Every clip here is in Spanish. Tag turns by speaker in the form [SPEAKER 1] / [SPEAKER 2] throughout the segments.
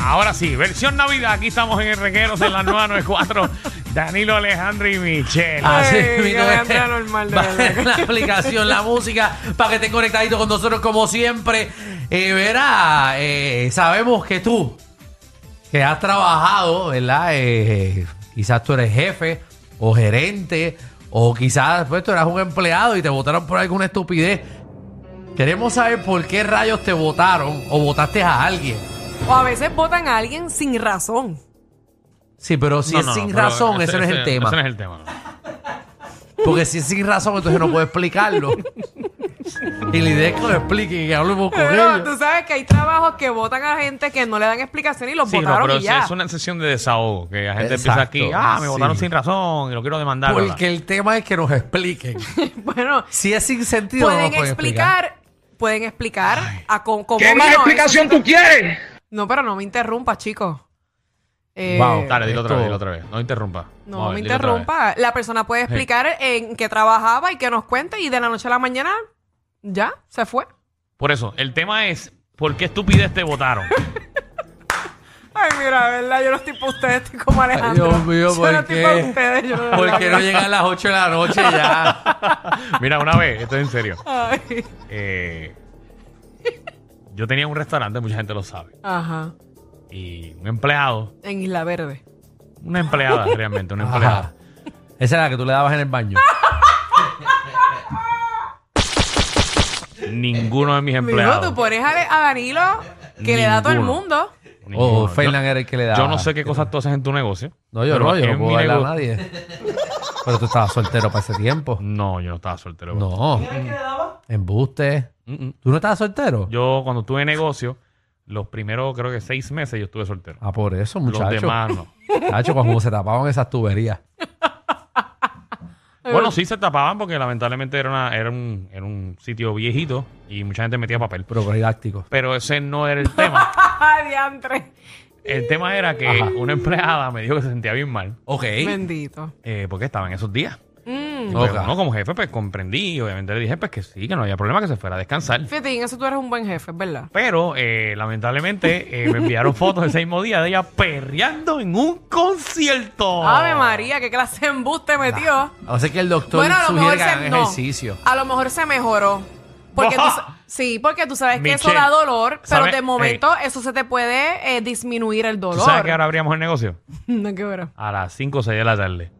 [SPEAKER 1] Ahora sí, versión Navidad. Aquí estamos en el Reguero en la 994. Danilo Alejandro y Michelle.
[SPEAKER 2] Así mismo
[SPEAKER 3] Ey, que
[SPEAKER 2] es.
[SPEAKER 3] Alejandra normal, de
[SPEAKER 2] Va-
[SPEAKER 3] verdad.
[SPEAKER 2] la aplicación, la música, para que estén conectaditos con nosotros como siempre. Eh, verá, eh, sabemos que tú, que has trabajado, ¿verdad? Eh, quizás tú eres jefe o gerente, o quizás pues, tú eras un empleado y te votaron por alguna estupidez. Queremos saber por qué rayos te votaron o votaste a alguien.
[SPEAKER 3] O a veces votan a alguien sin razón.
[SPEAKER 2] Sí, pero si
[SPEAKER 1] No,
[SPEAKER 2] es
[SPEAKER 1] no, no,
[SPEAKER 2] sin
[SPEAKER 1] pero
[SPEAKER 2] razón, ese, no es el
[SPEAKER 1] ese-
[SPEAKER 2] tema.
[SPEAKER 1] Ese no es el tema. no.
[SPEAKER 2] Porque si es sin razón, entonces no puedo explicarlo. y la idea es que lo expliquen y que hablemos con
[SPEAKER 3] Pero tú
[SPEAKER 2] ellos.
[SPEAKER 3] sabes que hay trabajos que votan a gente que no le dan explicación y los
[SPEAKER 1] Sí, no,
[SPEAKER 3] votaron
[SPEAKER 1] pero
[SPEAKER 3] y
[SPEAKER 1] es,
[SPEAKER 3] ya.
[SPEAKER 1] es una sesión de desahogo. Que la gente empieza
[SPEAKER 2] Exacto,
[SPEAKER 1] aquí. Ah, me
[SPEAKER 2] sí.
[SPEAKER 1] votaron sin razón y lo quiero demandar. bla, bla.
[SPEAKER 2] Porque el tema es que nos expliquen.
[SPEAKER 3] Bueno,
[SPEAKER 2] Si es sin sentido, no
[SPEAKER 3] pueden
[SPEAKER 2] nos pueden
[SPEAKER 3] explicar,
[SPEAKER 2] explicar.
[SPEAKER 3] pueden explicar a con- cómo
[SPEAKER 4] ¿Qué más
[SPEAKER 3] vino
[SPEAKER 4] explicación
[SPEAKER 3] eso.
[SPEAKER 4] tú quieres?
[SPEAKER 3] No, pero no me interrumpa, chicos. Eh,
[SPEAKER 2] Wow.
[SPEAKER 1] Dale, dilo otra vez,
[SPEAKER 2] Esto-
[SPEAKER 1] dilo otra vez. No interrumpa.
[SPEAKER 3] No
[SPEAKER 1] Vamos a ver,
[SPEAKER 3] me
[SPEAKER 1] dilo otra vez.
[SPEAKER 3] interrumpa. La persona puede explicar en qué trabajaba y que nos cuente y de la noche a la mañana ya se fue.
[SPEAKER 1] Por eso, el tema es: ¿por qué estupidez te votaron?
[SPEAKER 3] Ay, mira, verdad, yo no estoy para ustedes, estoy como Alejandro.
[SPEAKER 2] Dios mío,
[SPEAKER 3] yo no
[SPEAKER 2] ¿por
[SPEAKER 3] estoy para
[SPEAKER 2] qué?
[SPEAKER 3] ustedes. Yo de
[SPEAKER 2] ¿Por
[SPEAKER 3] verdad
[SPEAKER 2] qué
[SPEAKER 3] que
[SPEAKER 2] no llegan a las 8 de la noche ya?
[SPEAKER 1] Mira, una vez, esto es en serio.
[SPEAKER 3] Ay.
[SPEAKER 1] Eh, yo tenía un restaurante, mucha gente lo sabe.
[SPEAKER 3] Ajá.
[SPEAKER 1] Y un empleado,
[SPEAKER 3] En Isla Verde.
[SPEAKER 1] una empleada realmente, una
[SPEAKER 2] Ajá.
[SPEAKER 1] empleada.
[SPEAKER 2] Esa era la que tú le dabas en el baño.
[SPEAKER 1] Ninguno de mis
[SPEAKER 3] Mijo,
[SPEAKER 1] empleados.
[SPEAKER 3] tú pones a, a Danilo que le da a todo el
[SPEAKER 1] Ninguno.
[SPEAKER 3] mundo.
[SPEAKER 1] ninguno.
[SPEAKER 2] O Fernán
[SPEAKER 1] Yo-
[SPEAKER 2] Oh, era el que le daba.
[SPEAKER 1] Yo no sé qué cosas tú haces en tu negocio.
[SPEAKER 2] No, yo
[SPEAKER 1] pero
[SPEAKER 2] no, yo no
[SPEAKER 1] en
[SPEAKER 2] puedo
[SPEAKER 1] mi
[SPEAKER 2] darle a
[SPEAKER 1] nego-
[SPEAKER 2] nadie. Pero tú estabas soltero para ese tiempo.
[SPEAKER 1] No, yo no estaba soltero.
[SPEAKER 2] No. Embuste.
[SPEAKER 1] Mm, mm.
[SPEAKER 2] ¿Tú no estabas soltero?
[SPEAKER 1] Yo cuando tuve negocio, los primeros creo que seis meses yo estuve soltero.
[SPEAKER 2] Ah, por eso,
[SPEAKER 1] los
[SPEAKER 2] muchachos.
[SPEAKER 1] demás no.
[SPEAKER 2] Muchachos, cuando se tapaban esas tuberías.
[SPEAKER 1] Bueno, sí se tapaban porque lamentablemente era, una- era, un, era un sitio viejito y mucha gente metía papel.
[SPEAKER 2] Pero profilácticos.
[SPEAKER 1] Pero ese no era el tema.
[SPEAKER 3] Ay, diantre.
[SPEAKER 1] El tema era que
[SPEAKER 2] Ajá.
[SPEAKER 1] una empleada me dijo que se sentía bien mal
[SPEAKER 2] Ok.
[SPEAKER 3] Bendito.
[SPEAKER 1] eh, porque estaba en esos días.
[SPEAKER 3] Mm.
[SPEAKER 1] Y pues,
[SPEAKER 2] Mm. Ok.
[SPEAKER 1] uno como jefe, pues comprendí y obviamente le dije pues que sí, que no había problema, que se fuera a descansar.
[SPEAKER 3] Fíjate, y en eso tú eres un buen jefe, es ¿verdad?
[SPEAKER 1] Pero eh, lamentablemente eh, me enviaron fotos ese mismo día de ella perreando en un concierto.
[SPEAKER 3] Ave María, qué clase de embuste metió.
[SPEAKER 2] O sea que el doctor
[SPEAKER 3] bueno, a lo
[SPEAKER 2] sugiere
[SPEAKER 3] mejor
[SPEAKER 2] que
[SPEAKER 3] se
[SPEAKER 2] hagan
[SPEAKER 3] no.
[SPEAKER 2] ejercicio.
[SPEAKER 3] A lo mejor se mejoró. Porque tú, sa- sí, porque tú sabes que eso
[SPEAKER 1] Michelle,
[SPEAKER 3] da dolor, pero
[SPEAKER 1] ¿sabe? Eh.
[SPEAKER 3] de momento eso se te puede eh, disminuir el
[SPEAKER 1] ¿Tú
[SPEAKER 3] dolor.
[SPEAKER 1] sabes que ahora abríamos el negocio?
[SPEAKER 3] No, qué hora.
[SPEAKER 1] A las 5 o 6 de la tarde.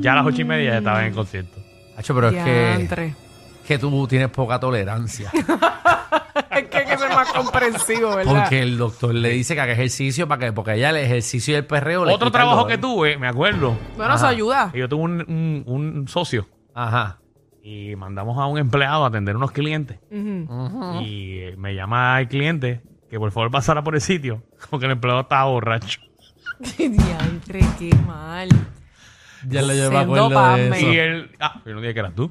[SPEAKER 1] Ya a las 8 y media ya estaba en el concierto.
[SPEAKER 2] Hacho, pero es que,
[SPEAKER 3] Mm. Diantre.
[SPEAKER 2] que tú tienes poca tolerancia.
[SPEAKER 3] Es que hay que ser más comprensivo, ¿verdad?
[SPEAKER 2] porque el doctor le dice que haga ejercicio para que, porque ella el ejercicio y el perreo le
[SPEAKER 1] Otro
[SPEAKER 2] quita el
[SPEAKER 1] trabajo
[SPEAKER 2] dolor.
[SPEAKER 1] que tuve, me acuerdo,
[SPEAKER 3] Bueno, eso
[SPEAKER 2] Ajá.
[SPEAKER 3] ayuda.
[SPEAKER 1] que yo tuve un, un- un socio
[SPEAKER 2] Ajá.
[SPEAKER 1] y mandamos a un empleado a atender unos clientes.
[SPEAKER 3] Ujú.
[SPEAKER 1] Y eh, me llama el cliente que por favor pasara por el sitio, porque el empleado estaba borracho.
[SPEAKER 3] Diantre, qué mal.
[SPEAKER 2] Ya lo yo me
[SPEAKER 3] Siendo
[SPEAKER 2] acuerdo de
[SPEAKER 3] pan,
[SPEAKER 2] eso.
[SPEAKER 1] Y él. Ah, yo no dije que eras tú.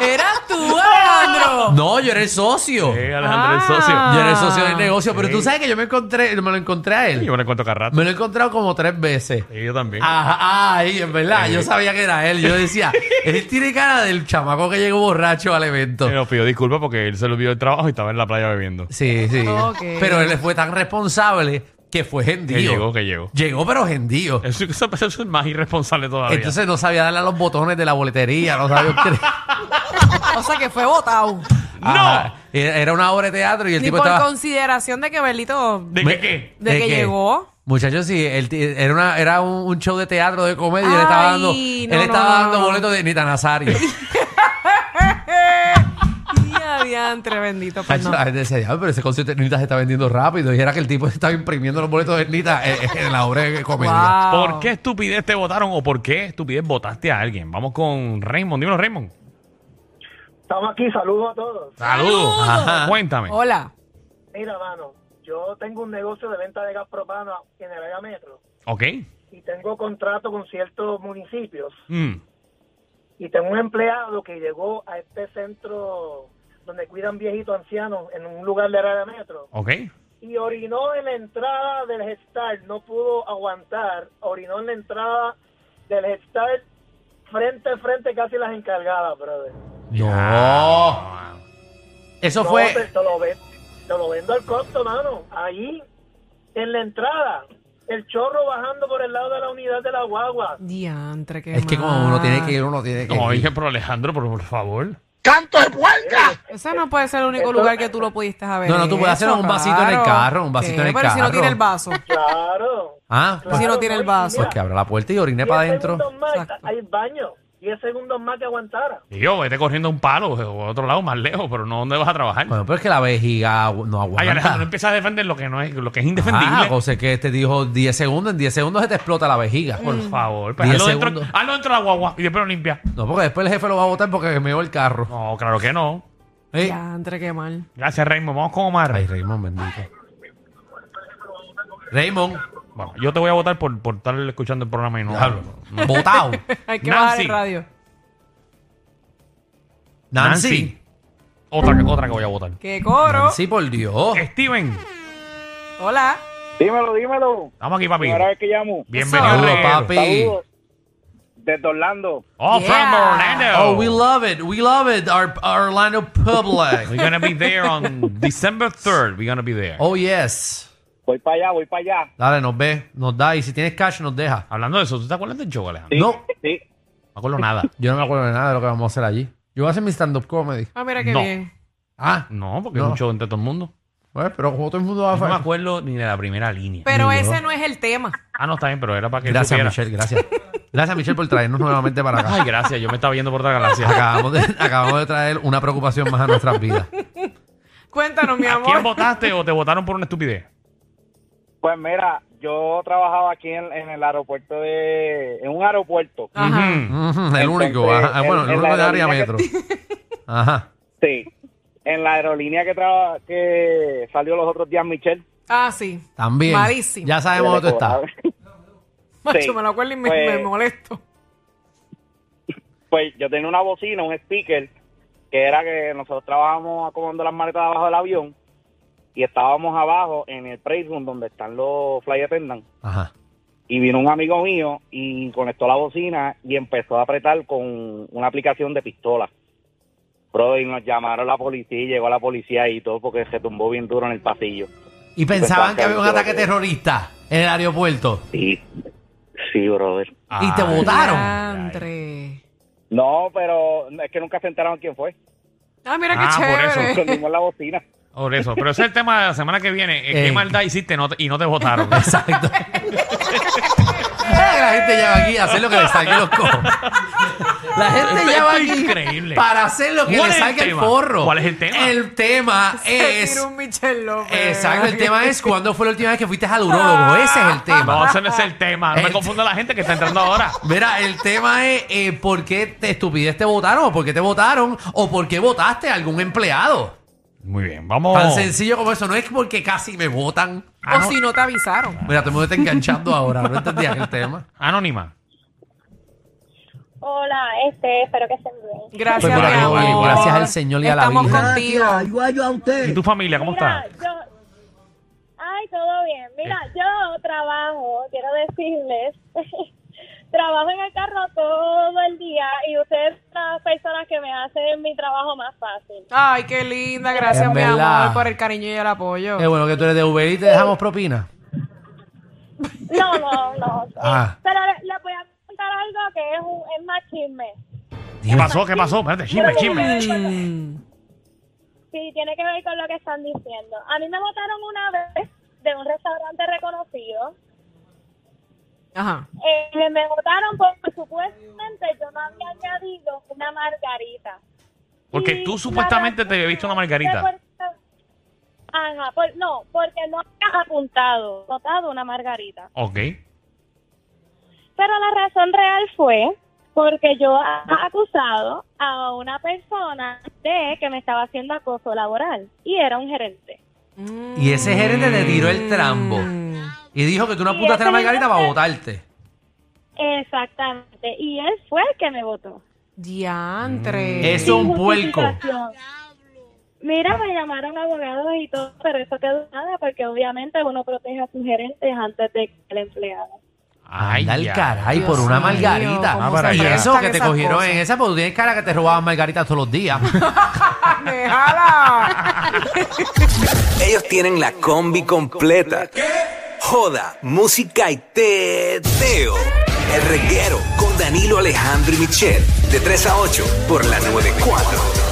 [SPEAKER 3] Eras tú, Alejandro.
[SPEAKER 2] No, yo era el socio.
[SPEAKER 1] Eh, Alejandro, el
[SPEAKER 3] Ah.
[SPEAKER 1] socio.
[SPEAKER 2] Yo era el socio del negocio. Pero
[SPEAKER 1] Sí.
[SPEAKER 2] tú sabes que yo me encontré, me lo encontré a
[SPEAKER 1] Y
[SPEAKER 2] él.
[SPEAKER 1] Yo me lo encuentro cada rato.
[SPEAKER 2] Me lo he encontrado como tres veces.
[SPEAKER 1] Y yo también.
[SPEAKER 2] Ah, Ajá, ay, en verdad,
[SPEAKER 1] Eh.
[SPEAKER 2] yo sabía que era él. Yo decía, él tiene cara del chamaco que llegó borracho al evento.
[SPEAKER 1] Y nos pidió disculpas porque él se lo olvidó el trabajo y estaba en la playa bebiendo.
[SPEAKER 2] Sí, sí.
[SPEAKER 3] Ok.
[SPEAKER 2] Pero él fue tan responsable que fue
[SPEAKER 1] Que
[SPEAKER 2] gendío.
[SPEAKER 1] llegó, que llegó.
[SPEAKER 2] Llegó, pero gendío.
[SPEAKER 1] Eso, eso, eso es más irresponsable todavía.
[SPEAKER 2] Entonces no sabía darle a los botones de la boletería, no sabía qué.
[SPEAKER 3] O sea que fue votado.
[SPEAKER 2] Ajá. Era era una obra de teatro y el
[SPEAKER 3] Ni
[SPEAKER 2] tipo
[SPEAKER 3] por
[SPEAKER 2] estaba.
[SPEAKER 3] consideración de que Belito.
[SPEAKER 1] ¿De
[SPEAKER 2] Me-
[SPEAKER 1] qué qué?
[SPEAKER 3] de que llegó.
[SPEAKER 2] Muchachos, sí, él t- era, una- era un, un show de teatro de comedia. y él
[SPEAKER 3] Ay,
[SPEAKER 2] estaba dando,
[SPEAKER 3] no,
[SPEAKER 2] él
[SPEAKER 3] no,
[SPEAKER 2] estaba
[SPEAKER 3] no,
[SPEAKER 2] dando
[SPEAKER 3] no.
[SPEAKER 2] boletos de Nita Nazario.
[SPEAKER 3] Día diantre, bendito. Pues
[SPEAKER 2] Muchacho,
[SPEAKER 3] no.
[SPEAKER 2] La gente decía, "Diablo, pero ese concierto de Nita se está vendiendo rápido. Y era que el tipo estaba imprimiendo los boletos de Nita eh, eh, en la obra de comedia.
[SPEAKER 3] Wow.
[SPEAKER 1] ¿Por qué estupidez te votaron o por qué estupidez votaste a alguien? Vamos con Raymond. Dímelo, Raymond.
[SPEAKER 5] Estamos aquí, saludos a todos.
[SPEAKER 1] Saludos.
[SPEAKER 2] Ajá.
[SPEAKER 1] Cuéntame.
[SPEAKER 3] Hola.
[SPEAKER 5] Mira, mano, yo tengo un negocio de venta de gas propano en el área metro
[SPEAKER 1] Ok.
[SPEAKER 5] y tengo contrato con ciertos municipios
[SPEAKER 1] Mm.
[SPEAKER 5] y tengo un empleado que llegó a este centro donde cuidan viejitos ancianos en un lugar del área metro
[SPEAKER 1] Ok.
[SPEAKER 5] y orinó en la entrada del gestar, no pudo aguantar, orinó en la entrada del gestar frente a frente casi las encargadas, brother.
[SPEAKER 2] No. Eso
[SPEAKER 5] No,
[SPEAKER 2] fue.
[SPEAKER 5] te- te lo ves. Te lo vendo al costo, mano. Ahí, en la entrada, el chorro bajando por el lado de la unidad de la guagua.
[SPEAKER 3] Diantre, qué
[SPEAKER 2] Es que como uno tiene que ir, uno tiene que
[SPEAKER 1] Como
[SPEAKER 2] ir.
[SPEAKER 1] dije por Alejandro, por, por favor.
[SPEAKER 3] Ese no puede ser el único lugar que tú lo pudiste haber.
[SPEAKER 2] No, no, tú puedes hacer
[SPEAKER 3] hecho,
[SPEAKER 2] un vasito en el carro, un vasito
[SPEAKER 3] Sí,
[SPEAKER 2] en el
[SPEAKER 3] Pero si no tiene
[SPEAKER 2] carro.
[SPEAKER 3] el vaso.
[SPEAKER 5] Claro.
[SPEAKER 2] Ah,
[SPEAKER 5] Claro,
[SPEAKER 3] Si no tiene el
[SPEAKER 5] y
[SPEAKER 3] vaso.
[SPEAKER 2] pues
[SPEAKER 5] mira,
[SPEAKER 2] que abra la puerta y orine
[SPEAKER 5] 10
[SPEAKER 2] para adentro.
[SPEAKER 5] segundos más,
[SPEAKER 3] Exacto.
[SPEAKER 5] Hay baño. 10 segundos más que aguantara.
[SPEAKER 1] Y yo, vete corriendo a un palo o a otro lado más lejos, pero no dónde vas a trabajar.
[SPEAKER 2] Bueno, pero es que la vejiga
[SPEAKER 1] Ay,
[SPEAKER 2] no
[SPEAKER 1] Alejandro, no
[SPEAKER 2] aguanta.
[SPEAKER 1] empiezas a defender lo que no es, lo que es
[SPEAKER 2] Ah,
[SPEAKER 1] indefendible.
[SPEAKER 2] José, que te dijo 10 segundos, en 10 segundos se te explota la vejiga.
[SPEAKER 3] Mm.
[SPEAKER 1] por favor, pues,
[SPEAKER 2] Diez
[SPEAKER 1] hazlo, dentro,
[SPEAKER 2] segundos.
[SPEAKER 1] hazlo dentro de la guagua y después lo limpia.
[SPEAKER 2] No, porque después el jefe lo va a votar porque meó el carro.
[SPEAKER 1] No, claro que no.
[SPEAKER 2] ¿Eh?
[SPEAKER 3] Diantre, qué mal.
[SPEAKER 1] Gracias, Raymond. Vamos con Omar.
[SPEAKER 2] Ay, Raymond, bendito. Raymond,
[SPEAKER 1] Bueno, yo te voy a votar por, por estar escuchando el programa y no
[SPEAKER 2] diablo,
[SPEAKER 1] hablo.
[SPEAKER 2] votado.
[SPEAKER 3] Hay que bajar
[SPEAKER 1] Nancy.
[SPEAKER 3] el radio.
[SPEAKER 2] Nancy.
[SPEAKER 1] Otra, que- otra que voy a votar.
[SPEAKER 3] ¡Qué coro!
[SPEAKER 2] Nancy, por Dios.
[SPEAKER 1] Steven,
[SPEAKER 3] Hola.
[SPEAKER 4] Dímelo, dímelo.
[SPEAKER 1] estamos aquí, papi.
[SPEAKER 4] Primera vez que llamo.
[SPEAKER 1] Bienvenido al
[SPEAKER 2] Saludos,
[SPEAKER 1] reguero.
[SPEAKER 2] papi.
[SPEAKER 4] Saludos. Desde Orlando.
[SPEAKER 1] Oh, from
[SPEAKER 3] Yeah.
[SPEAKER 1] Orlando.
[SPEAKER 2] Oh, we love it. We love it. Our, our Orlando
[SPEAKER 1] We're
[SPEAKER 2] public.
[SPEAKER 1] gonna be there on December 3rd. We're gonna be there.
[SPEAKER 2] oh, yes.
[SPEAKER 4] Voy para allá, voy para allá.
[SPEAKER 2] Dale, nos ve, nos da. Y si tienes cash, nos deja.
[SPEAKER 1] Hablando de eso, ¿tú te acuerdas del show, Alejandro?
[SPEAKER 4] Sí,
[SPEAKER 2] No.
[SPEAKER 4] Sí.
[SPEAKER 1] No me acuerdo nada.
[SPEAKER 2] Yo no me acuerdo de nada de lo que vamos a hacer allí. Yo voy a hacer mi stand-up comedy.
[SPEAKER 3] Ah, mira qué
[SPEAKER 1] No.
[SPEAKER 3] bien.
[SPEAKER 2] Ah,
[SPEAKER 1] No, porque
[SPEAKER 2] No.
[SPEAKER 1] es un show entre todo el mundo.
[SPEAKER 2] bueno, pero como todo el mundo va a
[SPEAKER 1] No me
[SPEAKER 2] hacer.
[SPEAKER 1] acuerdo ni de la primera línea.
[SPEAKER 3] Pero
[SPEAKER 2] Ni yo.
[SPEAKER 3] ese no es el tema.
[SPEAKER 1] Ah, no, está bien, pero era para que
[SPEAKER 2] Gracias,
[SPEAKER 1] supiera.
[SPEAKER 2] Michelle, gracias. Gracias, Michelle, por traernos nuevamente para acá.
[SPEAKER 1] Ay, gracias. Yo me estaba yendo por otra galaxia.
[SPEAKER 2] Acabamos de, acabamos de traer una preocupación más a nuestras vidas.
[SPEAKER 3] Cuéntanos, mi
[SPEAKER 1] ¿A quién
[SPEAKER 3] amor.
[SPEAKER 1] votaste o te votaron por una estupidez?
[SPEAKER 4] Pues mira, yo trabajaba aquí en, en el aeropuerto de... En un aeropuerto.
[SPEAKER 3] Ajá.
[SPEAKER 1] Ujú.
[SPEAKER 2] Ujú, el único,
[SPEAKER 4] Entonces,
[SPEAKER 2] ajá. Ah, bueno, el,
[SPEAKER 4] en- en
[SPEAKER 2] único de
[SPEAKER 4] la
[SPEAKER 2] área
[SPEAKER 4] aerolínea
[SPEAKER 2] metro. Ajá.
[SPEAKER 4] Sí. En la aerolínea que, traba- que salió los otros días, Michelle.
[SPEAKER 3] Ah, sí.
[SPEAKER 2] También.
[SPEAKER 3] Malísimo.
[SPEAKER 2] Ya sabemos dónde tú estás.
[SPEAKER 4] ah,
[SPEAKER 3] Macho,
[SPEAKER 4] Sí.
[SPEAKER 3] me lo acuerdo y me,
[SPEAKER 4] Pues-
[SPEAKER 3] me molesto.
[SPEAKER 4] Pues yo tenía una bocina, un speaker, que era que nosotros trabajamos acomodando las maletas abajo del avión y estábamos abajo en el press room donde están los fly attendants.
[SPEAKER 2] Ajá.
[SPEAKER 4] y vino un amigo mío y conectó la bocina y empezó a apretar con una aplicación de pistola. Bro, y nos llamaron la policía, y llegó la policía y todo porque se tumbó bien duro en el pasillo.
[SPEAKER 2] Y pensaban que había un
[SPEAKER 4] Exactamente.
[SPEAKER 2] ataque terrorista en el aeropuerto.
[SPEAKER 4] Sí, sí, brother.
[SPEAKER 2] Y te
[SPEAKER 1] Ay,
[SPEAKER 2] votaron.
[SPEAKER 3] Diantre.
[SPEAKER 4] No, pero es que nunca se enteraron quién fue.
[SPEAKER 3] Ah, mira
[SPEAKER 1] Ah,
[SPEAKER 3] qué
[SPEAKER 1] por
[SPEAKER 3] chévere.
[SPEAKER 4] Escondimos la bocina.
[SPEAKER 1] Por eso. Pero ese es el tema de la semana que viene. Eh, ¿Qué
[SPEAKER 2] Eh.
[SPEAKER 1] maldad hiciste no te- y no te votaron?
[SPEAKER 2] Exacto.
[SPEAKER 1] Ah,
[SPEAKER 2] la gente lleva aquí a hacer lo que le salga los cojos. La gente
[SPEAKER 1] Esto-
[SPEAKER 2] lleva
[SPEAKER 1] esto es
[SPEAKER 2] aquí
[SPEAKER 1] increíble.
[SPEAKER 2] para hacer lo que
[SPEAKER 1] ¿Cuál
[SPEAKER 2] le
[SPEAKER 1] es el
[SPEAKER 2] salga el,
[SPEAKER 1] tema?
[SPEAKER 2] forro.
[SPEAKER 1] ¿Cuál es el tema?
[SPEAKER 2] El tema
[SPEAKER 3] Se
[SPEAKER 2] es.
[SPEAKER 3] tiró un Michel López.
[SPEAKER 2] Exacto, el tema es cuándo fue la última vez que fuiste al urólogo. Ese es el
[SPEAKER 1] No,
[SPEAKER 2] tema. Eh.
[SPEAKER 1] ese no es el tema. No me
[SPEAKER 2] El-
[SPEAKER 1] confunda la gente que está entrando ahora.
[SPEAKER 2] Mira, el tema es eh, por qué te estupidez te votaron, o por qué te votaron, o por qué votaste a algún empleado.
[SPEAKER 1] Muy bien, vamos.
[SPEAKER 2] Tan sencillo como eso. No es porque casi me votan.
[SPEAKER 1] Ah,
[SPEAKER 3] O si no te avisaron.
[SPEAKER 2] Mira, todo el mundo está enganchando ahora. No entendía el tema.
[SPEAKER 1] Anónima.
[SPEAKER 6] Hola, este, espero que estén bien.
[SPEAKER 3] Gracias,
[SPEAKER 1] Pues,
[SPEAKER 3] mi
[SPEAKER 1] bravo,
[SPEAKER 3] amor.
[SPEAKER 1] igual,
[SPEAKER 2] gracias al Señor y a la
[SPEAKER 3] Estamos
[SPEAKER 2] Virgen.
[SPEAKER 3] contigo.
[SPEAKER 1] ¿Y tu familia cómo
[SPEAKER 6] Mira,
[SPEAKER 1] está?
[SPEAKER 6] yo... Ay, todo bien. Mira, yo trabajo, quiero decirles, trabajo en el carro todo el día y ustedes son las personas que me hacen mi trabajo más fácil.
[SPEAKER 3] Ay, qué linda. Gracias,
[SPEAKER 2] En
[SPEAKER 3] mi
[SPEAKER 2] verdad.
[SPEAKER 3] amor, por el cariño y el apoyo.
[SPEAKER 2] Es Eh, bueno que tú eres de Uber y te dejamos propina.
[SPEAKER 6] No, no, no.
[SPEAKER 2] Ah.
[SPEAKER 6] Eh, Pero le- les voy a contar algo que es, un, es más chisme.
[SPEAKER 1] ¿Qué pasó? ¿Qué pasó? Espérate, chisme, chisme.
[SPEAKER 3] Mm.
[SPEAKER 6] Sí, tiene que ver con lo que están diciendo. A mí me votaron una vez de un restaurante reconocido.
[SPEAKER 3] Ajá.
[SPEAKER 6] Eh, me votaron porque supuestamente yo no había añadido una margarita.
[SPEAKER 1] Porque
[SPEAKER 6] Y
[SPEAKER 1] tú
[SPEAKER 6] la
[SPEAKER 1] supuestamente
[SPEAKER 6] razón
[SPEAKER 1] te bebiste una margarita.
[SPEAKER 6] es porque- Ajá, por- no, porque no había apuntado, notado una margarita.
[SPEAKER 1] Ok.
[SPEAKER 6] Pero la razón real fue porque yo había acusado a una persona de que me estaba haciendo acoso laboral y era un gerente.
[SPEAKER 2] Y ese gerente te tiró el trambo.
[SPEAKER 3] Mm.
[SPEAKER 2] Y dijo que tú no
[SPEAKER 6] Y
[SPEAKER 2] apuntaste la
[SPEAKER 6] ese
[SPEAKER 2] margarita para
[SPEAKER 6] gerente-
[SPEAKER 2] votarte.
[SPEAKER 6] Exactamente, y él fue el que me votó.
[SPEAKER 3] Diantre.
[SPEAKER 2] Eso es un
[SPEAKER 6] Sin
[SPEAKER 2] puerco.
[SPEAKER 6] justificación. Mira, me llamaron abogados y todo, pero eso quedó nada porque obviamente uno protege a sus gerentes antes de que el empleado.
[SPEAKER 1] Ay,
[SPEAKER 2] Anda el
[SPEAKER 1] ya.
[SPEAKER 2] caray,
[SPEAKER 3] Dios
[SPEAKER 2] por una
[SPEAKER 3] mío,
[SPEAKER 2] margarita.
[SPEAKER 3] ¿cómo
[SPEAKER 1] Ah, para
[SPEAKER 2] y
[SPEAKER 1] allá.
[SPEAKER 2] eso que te
[SPEAKER 3] esas
[SPEAKER 2] cogieron
[SPEAKER 3] cosas?
[SPEAKER 2] en esa, porque tú tienes cara que te robabas margaritas todos los días.
[SPEAKER 3] ¡Déjala!
[SPEAKER 7] Ellos tienen la combi completa. Joda, música y teo. El reguero con Danilo Alejandro y Michel. De 3 a 8 por la 94.